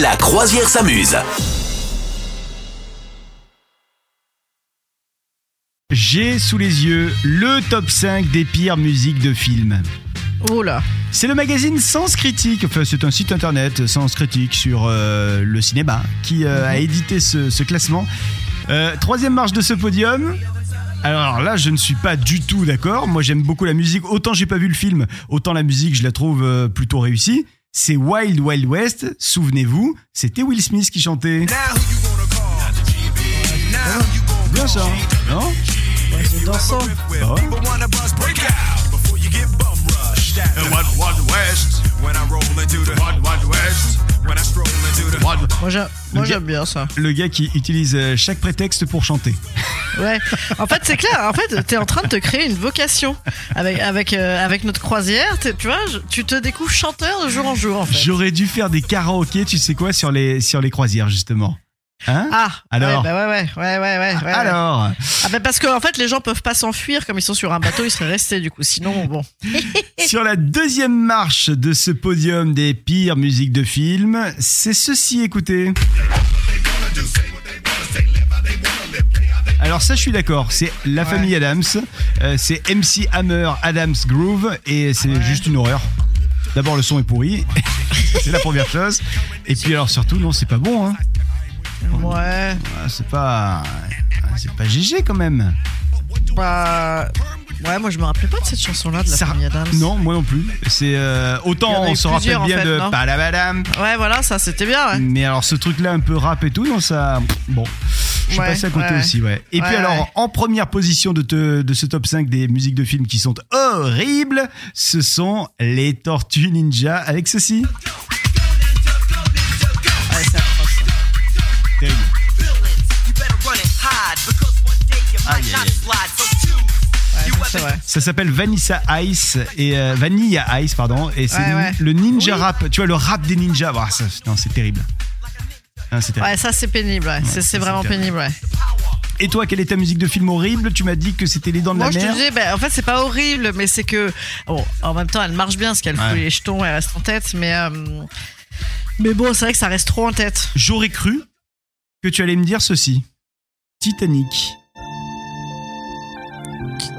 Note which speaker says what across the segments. Speaker 1: La croisière s'amuse.
Speaker 2: J'ai sous les yeux le top 5 des pires musiques de films.
Speaker 3: Oh là
Speaker 2: C'est le magazine Sens Critique, enfin c'est un site internet Sens Critique sur euh, le cinéma qui euh, a édité ce, ce classement. Euh, troisième marche de ce podium. Alors là, je ne suis pas du tout d'accord. Moi, j'aime beaucoup la musique. Autant j'ai pas vu le film, autant la musique, je la trouve euh, plutôt réussie. C'est Wild Wild West. Souvenez-vous, c'était Will Smith qui chantait. Bien ça, hein, non
Speaker 3: ouais, C'est dansant
Speaker 2: Bah ouais.
Speaker 3: Moi j'a- moi,
Speaker 2: Le
Speaker 3: j'aime bien ça.
Speaker 2: Le gars qui utilise euh, chaque prétexte pour chanter.
Speaker 3: Ouais. En fait, c'est clair. En fait, t'es en train de te créer une vocation. Avec, avec, euh, avec notre croisière, t'es- tu vois, je- tu te découvres chanteur de jour en jour, en fait.
Speaker 2: J'aurais dû faire des karaokés, tu sais quoi, sur les, sur les croisières, justement. Hein
Speaker 3: Ah,
Speaker 2: Alors.
Speaker 3: ouais, bah ouais, ouais, ouais, ouais, ouais, ouais.
Speaker 2: Alors,
Speaker 3: Ah bah parce que en fait, les gens peuvent pas s'enfuir comme ils sont sur un bateau, ils seraient restés du coup. Sinon, bon.
Speaker 2: sur la deuxième marche de ce podium des pires musiques de films, c'est ceci, écoutez. Alors ça, je suis d'accord, c'est La
Speaker 3: Ouais.
Speaker 2: Famille Adams, euh, c'est MC Hammer Adams Groove, et c'est juste une horreur. D'abord, le son est pourri, c'est la première chose. Et puis alors, surtout, non, c'est pas bon, hein.
Speaker 3: Ouais.
Speaker 2: Ah, C'est pas. C'est pas GG quand même.
Speaker 3: Bah. Ouais, moi je me rappelais pas de cette chanson-là de la
Speaker 2: Ça-
Speaker 3: famille Adams.
Speaker 2: Non, moi non plus. C'est euh,
Speaker 3: Il y en
Speaker 2: autant
Speaker 3: a eu
Speaker 2: on se rappelle
Speaker 3: plusieurs, en
Speaker 2: bien
Speaker 3: fait,
Speaker 2: de
Speaker 3: non
Speaker 2: Palabadam.
Speaker 3: Ouais, voilà, ça c'était bien. Ouais.
Speaker 2: Mais alors ce truc-là un peu rap et tout, non ça. Bon, je suis
Speaker 3: Ouais,
Speaker 2: passé à côté
Speaker 3: ouais, ouais.
Speaker 2: aussi, ouais. Et
Speaker 3: Ouais,
Speaker 2: puis
Speaker 3: ouais.
Speaker 2: alors en première position de, te- de ce top 5 des musiques de films qui sont horribles, ce sont les Tortues Ninja avec ceci.
Speaker 3: Ouais, c'est atroce. ça.
Speaker 2: Terrible.
Speaker 3: Ouais, ça, c'est vrai.
Speaker 2: Ça s'appelle Vanilla Ice et euh, Vanilla Ice pardon et c'est
Speaker 3: Ouais,
Speaker 2: le-
Speaker 3: ouais.
Speaker 2: le ninja
Speaker 3: Oui.
Speaker 2: rap. Tu vois le rap des ninjas. Ouah, ça- non, c'est terrible. Ah, c'est terrible.
Speaker 3: Ouais, ça c'est pénible, ouais. C'est-
Speaker 2: ça,
Speaker 3: c'est vraiment
Speaker 2: c'est terrible.
Speaker 3: pénible, ouais.
Speaker 2: Et toi, quelle est ta musique de film horrible Tu m'as dit que c'était Les Dents de
Speaker 3: Moi,
Speaker 2: la
Speaker 3: je te
Speaker 2: Mer.
Speaker 3: disais, ben, en fait, c'est pas horrible, mais c'est que. Bon, en même temps, elle marche bien, parce qu'elle
Speaker 2: Ouais.
Speaker 3: fout les jetons, elle reste en tête, mais. euh, Mais bon, c'est vrai que ça reste trop en tête.
Speaker 2: J'aurais cru que tu allais me dire ceci. Titanic.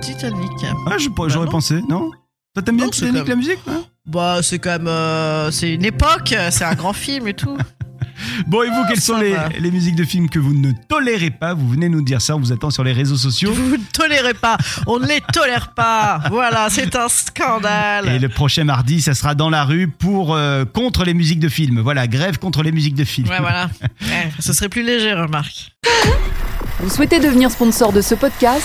Speaker 3: Titanic.
Speaker 2: Ah, je- j'aurais
Speaker 3: Bah non.
Speaker 2: pensé, non Toi, t'aimes bien
Speaker 3: Non, c'est
Speaker 2: Titanic,
Speaker 3: comme-
Speaker 2: la musique hein
Speaker 3: Bah, c'est quand même. euh, c'est une époque, c'est un grand film et tout.
Speaker 2: Bon, et vous, quelles sont
Speaker 3: ça
Speaker 2: les,
Speaker 3: va.
Speaker 2: les musiques de films que vous ne tolérez pas Vous venez nous dire ça, on vous attend sur les réseaux sociaux.
Speaker 3: Vous ne tolérez pas. On ne les tolère pas. Voilà, c'est un scandale.
Speaker 2: Et le prochain mardi, ça sera dans la rue pour euh, contre les musiques de films. Voilà, grève contre les musiques de films.
Speaker 3: Ouais, voilà. Ouais, ce serait plus léger, remarque.
Speaker 4: Vous souhaitez devenir sponsor de ce podcast